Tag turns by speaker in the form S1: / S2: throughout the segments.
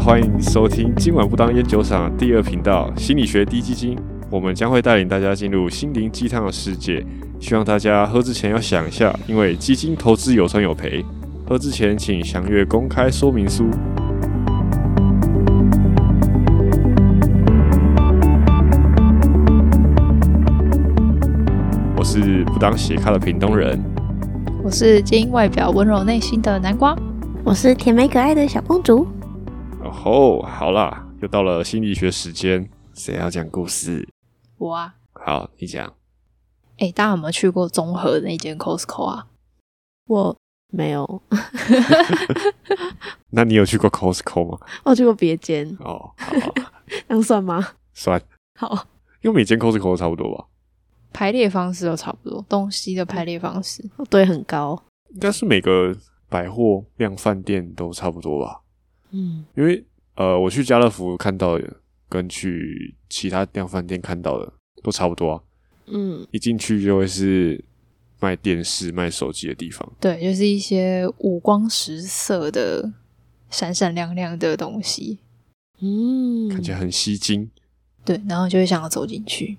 S1: 欢迎收听今晚不当烟酒厂第二频道心理学低基金，我们将会带领大家进入心灵鸡汤的世界。希望大家喝之前要想一下，因为基金投资有赚有赔。喝之前请详阅公开说明书。我是不当斜咖的屏东人，
S2: 我是基因外表温柔内心的南瓜。
S3: 我是甜美可爱的小公主。
S1: 哦吼，好啦，又到了心理学时间，谁要讲故事？
S2: 我啊，
S1: 好，你讲。
S2: 哎、大家有没有去过综合那间 Costco 啊？
S3: 我没有，
S1: 那你有去过 Costco 吗？
S3: 我去过别间，
S1: 哦，好好
S3: 这样算吗？
S1: 算，
S3: 好，
S1: 因为每间 Costco 都差不多吧，
S2: 排列方式都差不多，东西的排列方式。
S3: 对，很高。
S1: 应该是每个百货量饭店都差不多吧。
S3: 嗯，
S1: 因为呃，我去家乐福看到的，跟去其他量饭店看到的都差不多啊。
S3: 嗯，
S1: 一进去就会是卖电视、卖手机的地方。
S2: 对，就是一些五光十色的、闪闪亮亮的东西。
S3: 嗯，
S1: 看起来很吸睛。
S2: 对，然后就会想要走进去。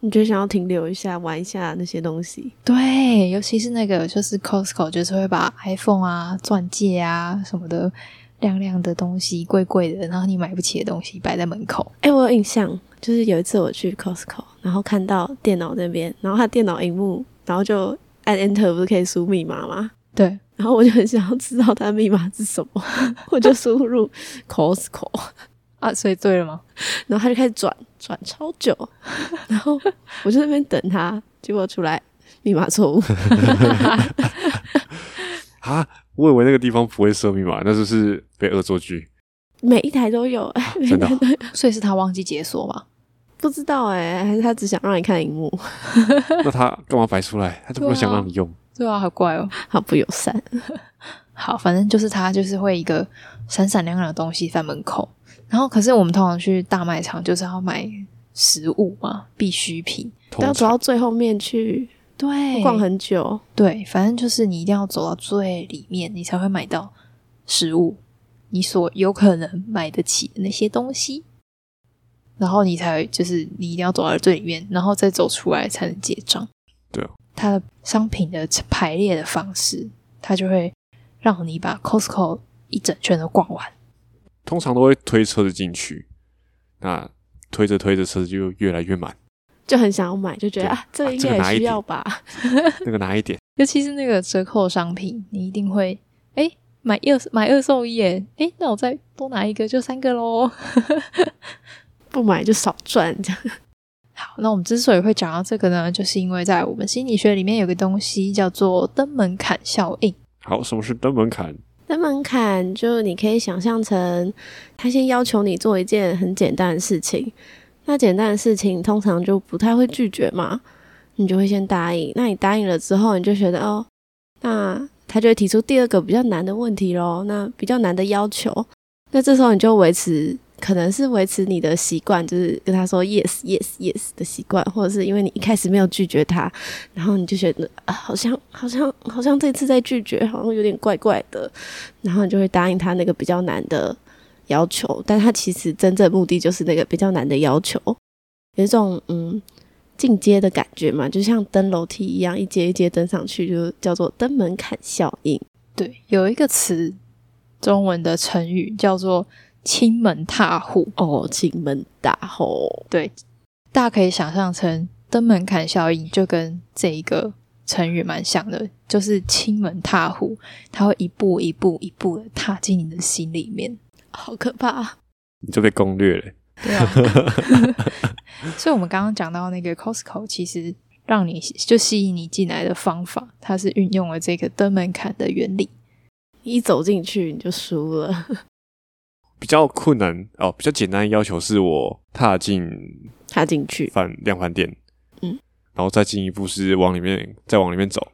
S3: 你就想要停留一下，玩一下那些东西。
S2: 对，尤其是那个就是 Costco，就是会把 iPhone 啊、钻戒啊什么的亮亮的东西、贵贵的，然后你买不起的东西摆在门口。
S3: 哎、我有印象，就是有一次我去 Costco，然后看到电脑那边，然后它电脑荧幕，然后就按 Enter 不是可以输密码吗？
S2: 对，
S3: 然后我就很想要知道它的密码是什么，我就输入 Costco，
S2: 啊，所以对了吗？
S3: 然后他就开始转转超久， 然后我就在那边等他，结果出来密码错误，
S1: 啊，我以为那个地方不会设密码，那就是被恶作剧。
S3: 每一台都有， 哎每一
S1: 真的啊
S3: 台都有，
S2: 所以是他忘记解锁嘛？
S3: 不知道哎、还是他只想让你看荧幕，
S1: 那他干嘛摆出来？他就不
S2: 对啊
S1: 想让你用。
S2: 对啊，好怪哦。
S3: 好不友善。
S2: 好，反正就是它就是会一个闪闪亮亮的东西在门口。然后，可是我们通常去大卖场就是要买食物嘛，必需品。
S1: 通
S3: 啊要走
S1: 常
S3: 到最后面去
S2: 对
S3: 逛很久，
S2: 对，反正就是你一定要走到最里面，你才会买到食物，你所有可能买得起的那些东西。然后你才就是你一定要走到最里面，然后再走出来才能结账。
S1: 对啊，
S2: 它的商品的排列的方式，它就会让你把 Costco 一整圈都逛完。
S1: 通常都会推车子进去，那推着推着车子就越来越满。
S3: 就很想要买，就觉得
S1: 对
S3: 啊，这
S1: 啊
S3: 个应
S1: 这个
S3: 该
S1: 拿一
S3: 也需
S1: 点
S3: 要吧。
S1: 那个拿一点，
S2: 尤其是那个折扣商品，你一定会哎、诶买二买二送一耶，哎、那我再多拿一个就三个 喽。
S3: 不买就少赚，这样
S2: 好，那我们之所以会讲到这个呢，就是因为在我们心理学里面有个东西叫做登门槛效应。
S1: 好，什么是登门槛？
S3: 那门槛就你可以想象成，他先要求你做一件很简单的事情，那简单的事情通常就不太会拒绝嘛，你就会先答应。那你答应了之后，你就觉得哦，那他就会提出第二个比较难的问题咯，那比较难的要求。那这时候你就维持，可能是维持你的习惯，就是跟他说 yes yes yes 的习惯，或者是因为你一开始没有拒绝他，然后你就觉得啊，好像好像好像这次再拒绝好像有点怪怪的，然后你就会答应他那个比较难的要求，但他其实真正目的就是那个比较难的要求，有一种嗯进阶的感觉嘛，就像登楼梯一样，一阶一阶登上去，就叫做登门槛效应。
S2: 对，有一个词，中文的成语叫做亲门踏户。
S3: 哦，请门大吼，
S2: 对，大家可以想象成登门槛效应，就跟这一个成语蛮像的，就是亲门踏户，它会一步一步一步的踏进你的心里面。
S3: 好可怕！
S1: 你就被攻略了。
S2: 对啊， 所以我们刚刚讲到那个 Costco，其实让你就吸引你进来的方法，它是运用了这个登门槛的原理。
S3: 一走进去你就输了，
S1: 比较困难哦，比较简单的要求是我踏进
S3: 踏进去，
S1: 饭量饭店，
S3: 嗯，
S1: 然后再进一步是往里面再往里面走，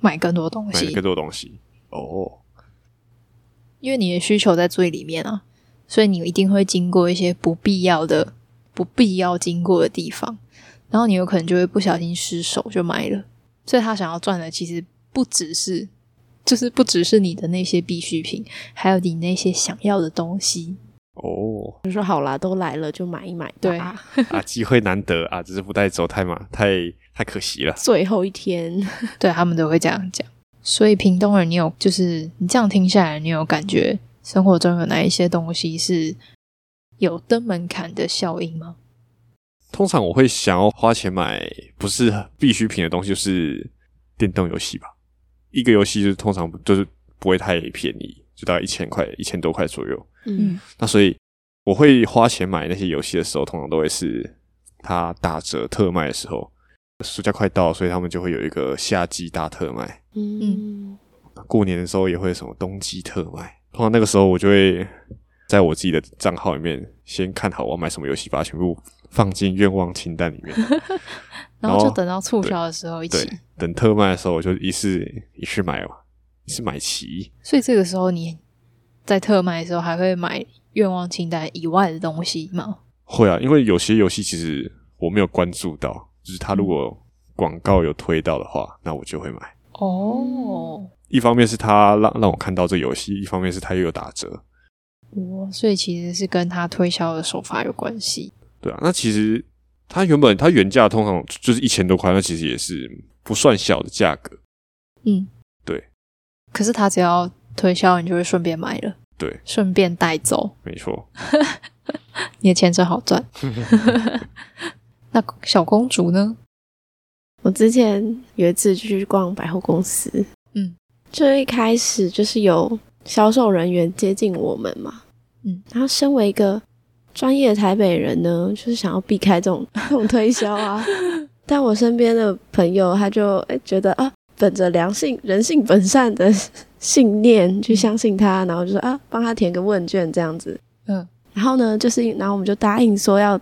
S2: 买更多东
S1: 买
S2: 西
S1: 更，多东西。哦，
S2: 因为你的需求在最里面啊，所以你一定会经过一些不必要的、不必要经过的地方，然后你有可能就会不小心失手就买了。所以他想要赚的其实不只是就是不只是你的那些必需品，还有你那些想要的东西。
S1: 哦
S3: 就说好啦，都来了就买一买吧。
S2: 对
S1: 啊，机会难得啊，只是不带走太嘛，太太可惜了。
S3: 最后一天，
S2: 对他们都会这样讲。所以屏东人，你有就是你这样听下来，你有感觉生活中有哪一些东西是有登门槛的效应吗？
S1: 通常我会想要花钱买不是必需品的东西，就是电动游戏吧。一个游戏就是通常就是不会太便宜，就大概一千块、一千多块左右。
S3: 嗯，
S1: 那所以我会花钱买那些游戏的时候，通常都会是它打折特卖的时候，暑假快到，所以他们就会有一个夏季大特卖，
S3: 嗯，
S1: 过年的时候也会有什么冬季特卖。通常那个时候我就会在我自己的账号里面先看好我要买什么游戏，把它全部放进愿望清单里面。
S2: 然
S1: 然
S2: 后就
S1: 后
S2: 等到促销的时候一
S1: 哦对
S2: 起。，
S1: 等特卖的时候我就一次一次买嘛，一次买齐。
S2: 所以这个时候你在特卖的时候还会买愿望清单以外的东西吗？
S1: 会啊，因为有些游戏其实我没有关注到，就是它如
S2: 嗯
S1: 果广告有推到的话，那我就会买。
S2: 哦，
S1: 一方面是它让让我看到这游戏，一方面是它又有打折，
S2: 哇，哦所以其实是跟他推销的手法有关系。
S1: 对啊。那其实它原本它原价通常就是一千多块，那其实也是不算小的价格。
S2: 嗯，
S1: 对。
S2: 可是他只要推销，你就会顺便买了，
S1: 对，
S2: 顺便带走，
S1: 没错，
S2: 你的钱真好 赚。那小公主呢？
S3: 我之前有一次去逛百货公司，
S2: 嗯，
S3: 最一开始就是有销售人员接近我们嘛，
S2: 嗯，
S3: 然后身为一个专业的台北人呢，就是想要避开这种 这种推销啊，但我身边的朋友他就哎、觉得啊，本着良性人性本善的信念去相信他，然后就说啊，帮他填个问卷这样子，
S2: 嗯，
S3: 然后呢，就是然后我们就答应说要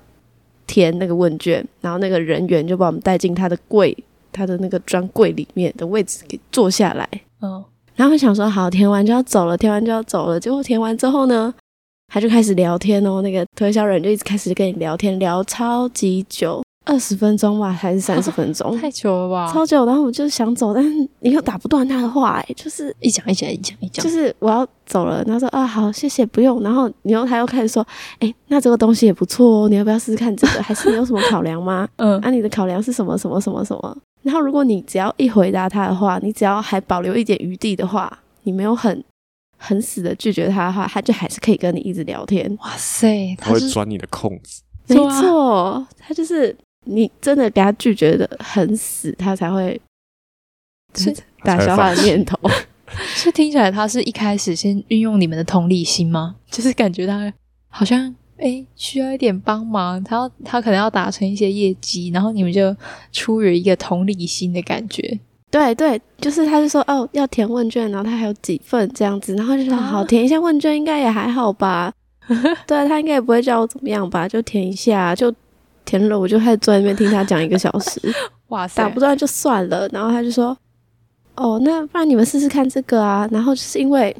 S3: 填那个问卷，然后那个人员就把我们带进他的柜，他的那个专柜里面的位置给坐下来。
S2: 嗯，
S3: 然后想说好，填完就要走了，填完就要走了。结果填完之后呢，他就开始聊天哦，那个推销人就一直开始跟你聊天，聊超级久，二十分钟吧，还是三十分钟，
S2: 太久了吧？
S3: 哦超久。然后我就想走，但是你又打不断他的话、哎，就是
S2: 一讲一讲一讲一讲，
S3: 就是我要走了，然后说啊好，谢谢，不用。然后你又他又开始说，哎、那这个东西也不错哦，你要不要试试看这个？还是你有什么考量吗？
S2: 嗯
S3: 啊，你的考量是什么什么什么什么？然后如果你只要一回答他的话，你只要还保留一点余地的话，你没有很很死的拒绝他的话，他就还是可以跟你一直聊天。
S2: 哇塞，
S1: 它
S2: 他
S1: 会
S2: 是
S1: 钻你的空子。
S3: 没
S2: 对啊
S3: 错，他就是你真的给他拒绝的很死，他才会
S2: 所以
S3: 打消
S1: 才会
S3: 他
S1: 放
S3: 的
S1: 弃
S3: 念头。
S2: 所以听起来他是一开始先运用你们的同理心吗？就是感觉他好像诶需要一点帮忙，他要他可能要达成一些业绩，然后你们就出于一个同理心的感觉，
S3: 对对，就是他就说哦要填问卷，然后他还有几份这样子，然后就说
S2: 啊
S3: 好填一下问卷应该也还好吧，对他应该也不会叫我怎么样吧，就填一下就填了，我就开始坐在那边听他讲一个小时，
S2: 哇塞，
S3: 打不断就算了，然后他就说哦那不然你们试试看这个啊，然后就是因为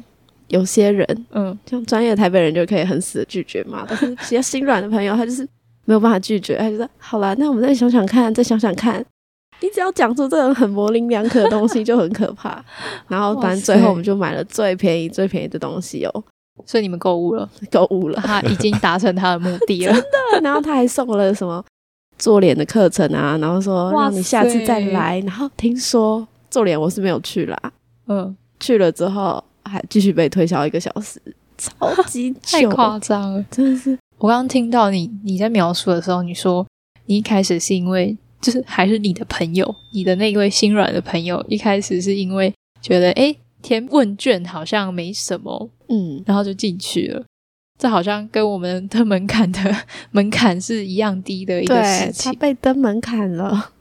S3: 有些人
S2: 嗯，
S3: 像专业的台北人就可以很死的拒绝嘛， 但是比较心软的朋友，他就是没有办法拒绝，他就说好啦，那我们再想想看，再想想看。你只要讲出这种很模棱两可的东西，就很 可怕。然后反正最
S2: 哇塞
S3: 后我们就买了最便宜、最便宜的东西哦，
S2: 所以你们购物了，
S3: 购物了。
S2: 他已经达成他的目的 了，
S3: 然后他还送了什么做脸的课程啊，然后说
S2: 哇
S3: 让你下次再
S2: 塞
S3: 来。然后听说做脸我是没有去啦，
S2: 嗯，
S3: 去了之后还继续被推销一个小时，超 级
S2: 太
S3: 久，
S2: 夸张了。
S3: 真的是
S2: 我刚刚听到你你在描述的时候，你说你一开始是因为就是还是你的朋友，你的那位心软的朋友，一开始是因为觉得诶填问卷好像没什么，
S3: 嗯，
S2: 然后就进去了。这好像跟我们的门槛的 门槛是一样低的一个事
S3: 对他
S2: 情，
S3: 被登门槛了。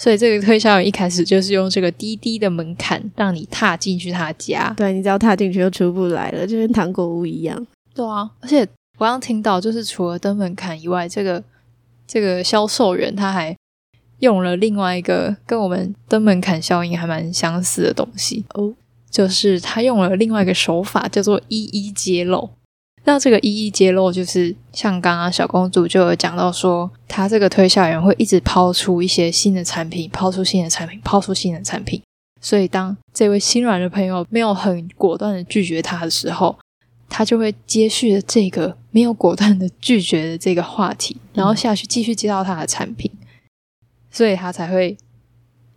S2: 所以这个推销员一开始就是用这个低低的门槛让你踏进去他家。
S3: 对你只要踏进去就出不来了，就跟糖果屋一样。
S2: 对啊，而且我刚刚听到，就是除了登门槛以外，这个这个销售员他还用了另外一个跟我们登门槛效应还蛮相似的东西
S3: 哦，
S2: 就是他用了另外一个手法叫做一一揭露。那这个一一揭露，就是像刚刚小公主就有讲到说，他这个推销员会一直抛出一些新的产品，抛出新的产品，抛出新的产品，所以，当这位心软的朋友没有很果断的拒绝他的时候，他就会接续了这个没有果断的拒绝的这个话题，然后下去继续介绍他的产品，所以他才会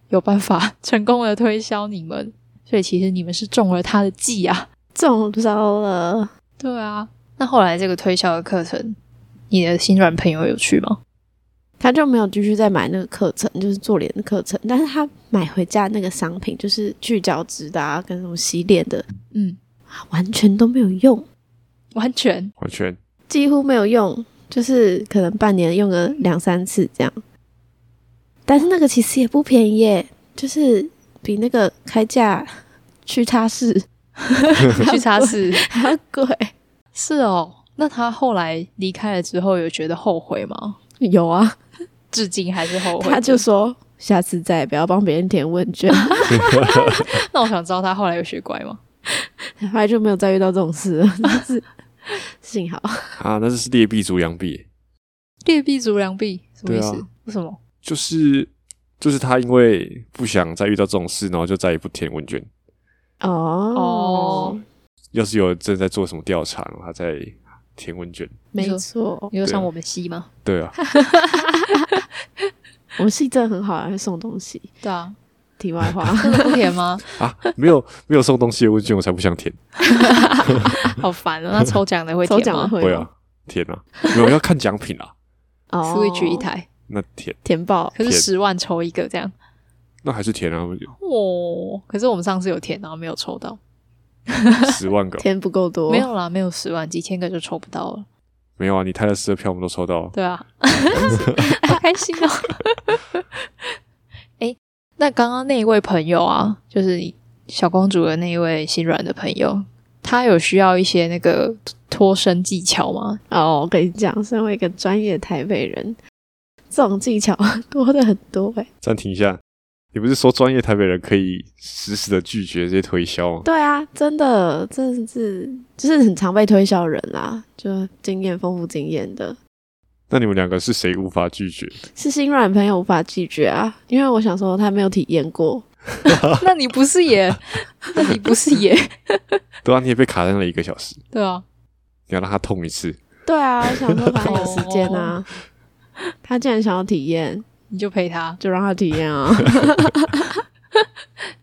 S2: 有办法成功的推销你们。所以，其实你们是中了他的计啊！
S3: 中招了。
S2: 对啊，那后来这个推销的课程，你的心软朋友有去吗？
S3: 他就没有继续再买那个课程，就是做脸的课程。但是他买回家那个商品，就是去角质的啊，跟什么洗脸的，
S2: 嗯，
S3: 完全都没有用，
S2: 完全
S1: 完全
S3: 几乎没有用，就是可能半年用个两三次这样。但是那个其实也不便宜耶，就是比那个开价去擦拭
S2: 去擦 拭。
S3: 还要贵。
S2: 是哦，那他后来离开了之后，有觉得后悔吗？
S3: 有啊，
S2: 至今还是后悔。
S3: 他就说下次再也不要帮别人填问 卷，
S2: 那我想知道他后来有学乖吗？
S3: 后来就没有再遇到这种事 了，就是幸好。
S1: 啊，那是劣币逐良币，
S2: 劣币逐良币什么意思？
S1: 对啊
S2: 为什么？
S1: 就是就是他因为不想再遇到这种事，然后就再也不填问卷。
S3: 哦
S2: 哦，
S1: 要是有正在做什么调查，他再填问卷。
S2: 没
S3: 没错，
S2: 你有
S1: 对啊
S2: 上我们系吗？
S1: 对啊，
S3: 我们系真的很好，啊还会送东西。
S2: 对啊，
S3: 题外 话，
S2: 真的不填吗？
S1: 啊，没有没有送东西的问卷，我才不想填。
S2: 好烦哦！那抽奖的会
S3: 抽
S2: 填
S3: 奖的
S2: 吗
S3: 会
S1: 会啊，填啊，没有要看奖品啊，
S3: 哦
S2: ？Switch 一，台，
S1: 那填
S3: 填报
S2: 可是
S1: 填
S2: 十万抽一个这样。
S1: 那还是填啊，
S2: 哦，可是我们上次有填，然后没有抽到，
S1: 十万个
S3: 填不够多，
S2: 没有啦，没有十万，几千个就抽不到了。
S1: 没有啊，你开了四的票我们都抽到啊，
S2: 对 啊，好开心哦！ 哎、那刚刚那一位朋友啊，就是小公主的那一位心软的朋友，他有需要一些那个脱身技巧吗？
S3: 哦。我跟你讲，身为一个专业台北人，这种技巧多的很多哎、
S1: 暂停一下。你不是说专业台北人可以实时的拒绝这些推销吗？
S3: 对啊，真的，真的是就是很常被推销人啦，就经验丰富经验的，
S1: 那你们两个是谁无法拒绝？
S3: 是心软朋友无法拒绝啊，因为我想说他没有体验过，
S2: 那你不是 也？那你不是 也？
S1: 对啊，你也被卡在那里一个小时，
S2: 对啊，
S1: 你要让他痛一次，
S3: 对啊，我想 说反正有时间啊，他既然想要体验，
S2: 你就陪他。
S3: 就让他体验 啊。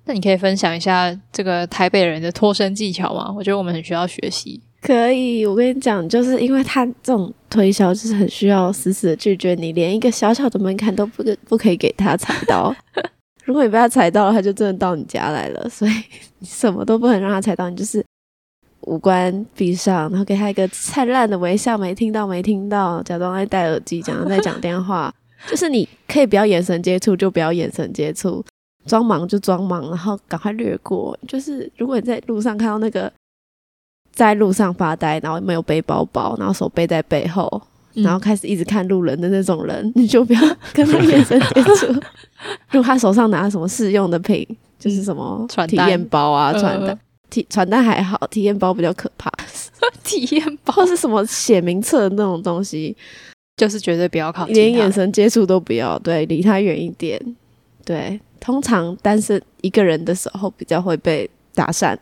S2: 那你可以分享一下这个台北人的脱身技巧吗？我觉得我们很需要学习。
S3: 可以，我跟你讲，就是因为他这种推销就是很需要死死的拒绝你，连一个小小的门槛都不不可以给他踩 到。如果你被他踩到了，他就真的到你家来了，所以你什么都不能让他踩到，你就是五官闭上，然后给他一个灿烂的微笑，没听到没听到，假装在戴耳机，假装在讲电话， 就是你可以不要眼神接触，就不要眼神接触。装忙就装忙，然后赶快略过。就是如果你在路上看到那个在路上发呆，然后没有背包包，然后手背在背后，
S2: 嗯
S3: 然后开始一直看路人的那种人，你就不要跟他眼神接 触。如果他手上拿什么试用的品，就是什么
S2: 传
S3: 体
S2: 单
S3: 验包啊、传单
S2: 呃、
S3: 体传单还好，体验包比较可怕，
S2: 体验包
S3: 或是什么写名册的那种东西，
S2: 就是绝对不要靠近他，
S3: 连眼神接触都不要，对，离他远一点。对，通常单身一个人的时候比较会被搭讪。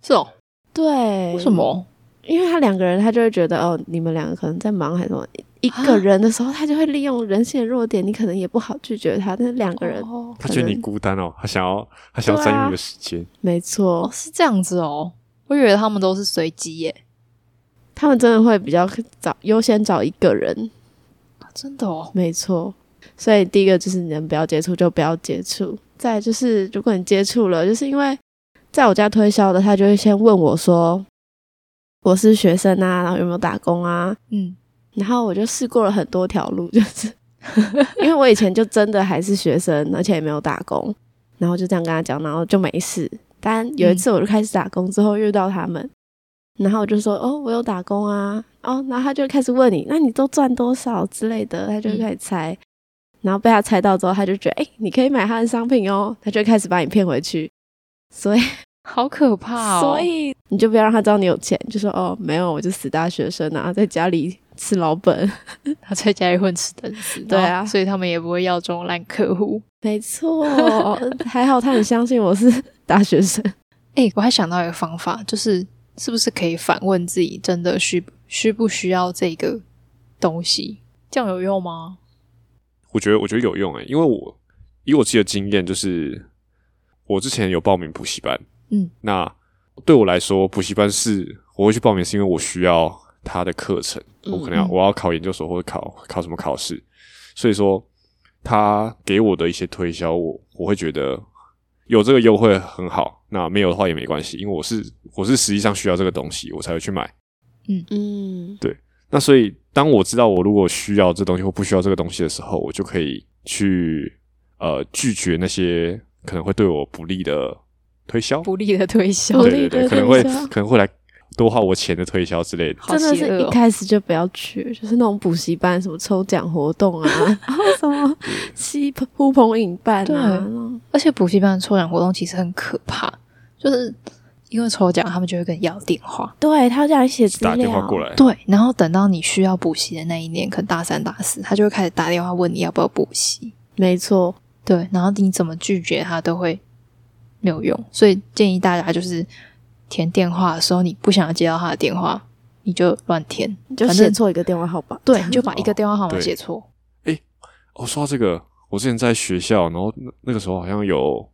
S2: 是哦？
S3: 对，
S2: 为什？么？
S3: 因为他两个人，他就会觉得哦，你们两个可能在忙还是什么。一
S2: 啊
S3: 个人的时候，他就会利用人性的弱点，你可能也不好拒绝他。但是两个人，
S2: 哦
S1: 他觉得你
S3: 可能
S1: 孤单哦，他想要他想要
S3: 对啊
S1: 占用你的时间，
S3: 没错
S2: 哦，，是这样子哦，我以为他们都是随机耶、
S3: 他们真的会比较找优先找一个人，
S2: 啊真的哦，
S3: 没错。所以第一个就是你能不要接触就不要接触。再来就是如果你接触了，就是因为在我家推销的，他就会先问我说我是学生啊，然后有没有打工啊，
S2: 嗯，
S3: 然后我就试过了很多条路， 就是因为我以前就真的还是学生，而且也没有打工，然后就这样跟他讲，然后就没事。但有一次我就开始打工之后遇到他们，然后我就说哦，我有打工啊，哦，然后他就开始问你，那你都赚多少之类的，他就开始猜，然后被他猜到之后，他就觉得哎、你可以买他的商品哦，他就开始把你骗回去，所以
S2: 好可 怕哦，
S3: 所以你就不要让他知道你有钱，就说哦没有，我就死大学生啊，在家里吃老本，
S2: 他在家里混吃等死，
S3: 对啊
S2: 然后所以他们也不会要这种烂客户。
S3: 没错，还好他很相信我是 大学生。
S2: 哎、我还想到一个方法，就是是不是可以反问自己，真的需需不需要这个东西？这样有用吗？
S1: 我觉得我觉得有用诶、欸因为我以我自己的经验，就是我之前有报名补习班，
S2: 嗯，
S1: 那对我来说，补习班是我会去报名，是因为我需要它的课程，我可能要
S2: 嗯
S1: 我要考研究所或者考考什么考试，所以说他给我的一些推销，我我会觉得有这个优惠很好，那没有的话也没关系，因为我是我是实际上需要这个东西，我才会去买。
S3: 嗯
S1: 那所以，当我知道我如果需要这东西或不需要这个东西的时候，我就可以去呃拒绝那些可能会对我不利的推销，
S2: 不利的推销
S3: 不，利
S1: 对对对，
S3: 的
S1: 可能会
S3: 推销
S1: 可能会来多花我钱的推销之类的。
S2: 好
S3: 真的
S2: 邪
S3: 是
S2: 恶
S3: 一
S2: 哦
S3: 开始就不要去，就是那种补习班什么抽奖活动 啊，然后什么吸呼朋引伴
S2: 对
S3: 啊，那种
S2: 而且补习班的抽奖活动其实很可怕，就是因为抽奖他们就会跟你要电话，
S3: 对他叫你写资料，
S1: 打电话过来，
S2: 对，然后等到你需要补习的那一年，可能大三大四，他就会开始打电话问你要不要补习，
S3: 没错，
S2: 对，然后你怎么拒绝他都会没有用，所以建议大家就是填电话的时候，你不想要接到他的电话，你就乱填，
S3: 你就
S2: 反
S3: 写
S2: 正
S3: 错一个电话号码，
S2: 对，你就把一个电话号码
S1: 对
S2: 写错，
S1: 哦，说到这个，我之前在学校，然后那那个时候好像有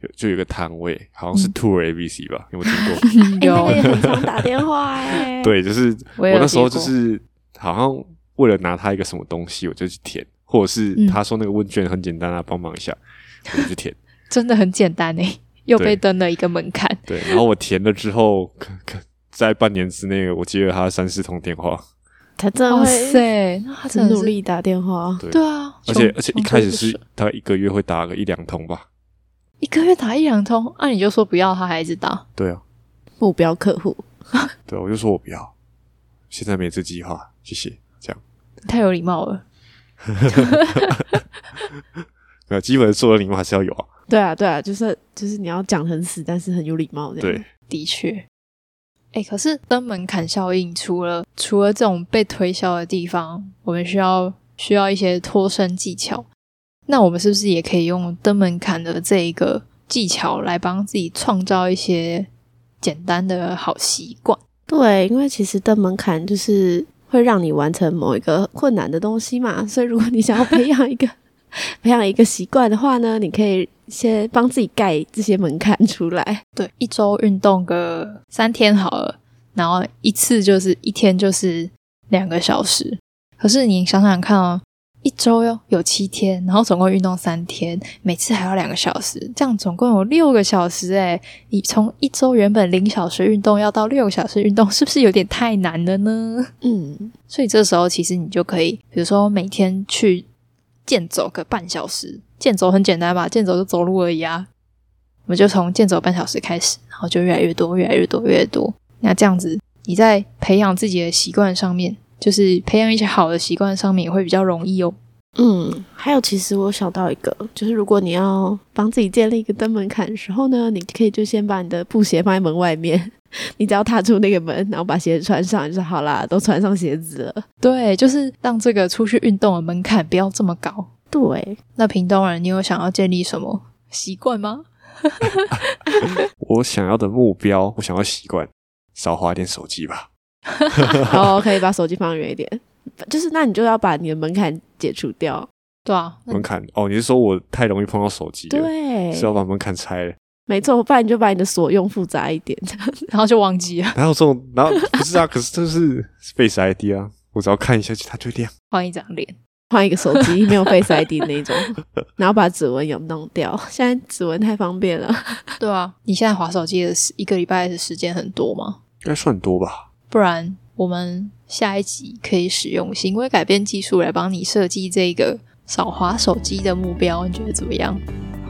S1: 有就有一个摊位，好像是
S2: 嗯
S1: Tour ABC 吧，有没有听过？
S3: 哎那个也很常打电话哎，
S1: 对，就是
S2: 我
S1: 我
S2: 也有
S1: 那时候
S2: 接
S1: 就
S2: 过
S1: 是好像为了拿他一个什么东西，我就去填，或者
S2: 嗯
S1: 是他说那个问卷很简单啊，帮忙一下，我就去填。
S2: 真的很简单诶，又被
S1: 对
S2: 登了一个门 槛，
S1: 对，然后我填了之后，可可在半年之内，我接了他三四通电话，
S3: 他真的
S2: 哇
S3: 会
S2: 塞，那他真
S3: 很
S2: 的
S3: 努
S2: 是，
S3: 力打电话，
S1: 对
S2: 对啊，
S1: 而且
S2: 穷
S1: 而且一
S2: 穷
S1: 开始
S2: 追不
S1: 是
S2: 舍
S1: 他一个月会打个一两通吧。
S2: 一个月打一两通，那、你就说不要，他还一直打。
S1: 对啊，
S3: 目标客户，
S1: 对啊，我就说我不要，现在没这计划，谢谢。这样，
S2: 太有礼貌了。
S1: 那啊基本做的礼貌还是要有啊。
S3: 对啊对啊，就是就是你要讲很死，但是很有礼貌这样，
S1: 对，
S2: 的确。哎，可是登门槛效应，除了除了这种被推销的地方，我们需要需要一些脱身技巧。那我们是不是也可以用登门槛的这一个技巧来帮自己创造一些简单的好习惯？
S3: 对，因为其实登门槛就是会让你完成某一个困难的东西嘛，所以如果你想要培养一个 培养一个习惯的话呢，你可以先帮自己盖这些门槛出来。
S2: 对，一周运动个三天好了，然后一次就是一天就是两个小时。可是你想想看哦，一周哟有七天，然后总共运动三天，每次还要两个小时，这样总共有六个小时诶，你从一周原本零小时运动要到六个小时运动，是不是有点太难了呢？
S3: 嗯，
S2: 所以这时候其实你就可以，比如说每天去健走个半小时，健走很简单吧，健走就走路而已啊。我们就从健走半小时开始，然后就越来越多，越来越多，越来越多。那这样子，你在培养自己的习惯上面，就是培养一些好的习惯上面也会比较容易哦。
S3: 嗯，还有，其实我想到一个，就是如果你要帮自己建立一个登门槛的时候呢，你可以就先把你的布鞋放在门外面， 你只要踏出那个门，然后把鞋子穿上，就是好啦，都穿上鞋子了。
S2: 对，就是让这个出去运动的门槛不要这么高。
S3: 对，
S2: 那屏东人，你有想要建立什么习惯吗？
S1: 我想要的目标，我想要习惯，少花一点手机吧。
S3: 然后哦可以把手机放远一点，就是那你就要把你的门槛解除掉。
S2: 对啊，那
S1: 门槛哦，你是说我太容易碰到手机了，
S3: 对，
S1: 是要哦把门槛拆了？
S3: 没错，不然你就把你的所用复杂一点。
S2: 然后就忘记了
S1: 哪有这种？哪有不是啊？可是这是 Face ID 啊，我只要看一下去，它就亮。
S2: 换一张脸。
S3: 换一个手机，没有 Face ID 那一种，然后把指纹也弄掉。现在指纹太方便了，
S2: 对啊，你现在划手机的时一个礼拜的时间很多吗？
S1: 应该算多吧？
S2: 不然我们下一集可以使用行为改变技术来帮你设计这个少划手机的目标，你觉得怎么样？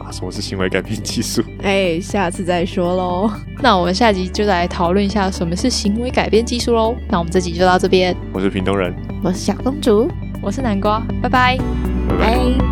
S1: 啊，什么是行为改变技术？
S3: 哎、下次再说喽，
S2: 那我们下集就来讨论一下什么是行为改变技术喽。那我们这集就到这边，
S1: 我是屏东人，
S3: 我是小公主，
S2: 我是南瓜，拜拜。
S1: 拜拜。
S3: 拜。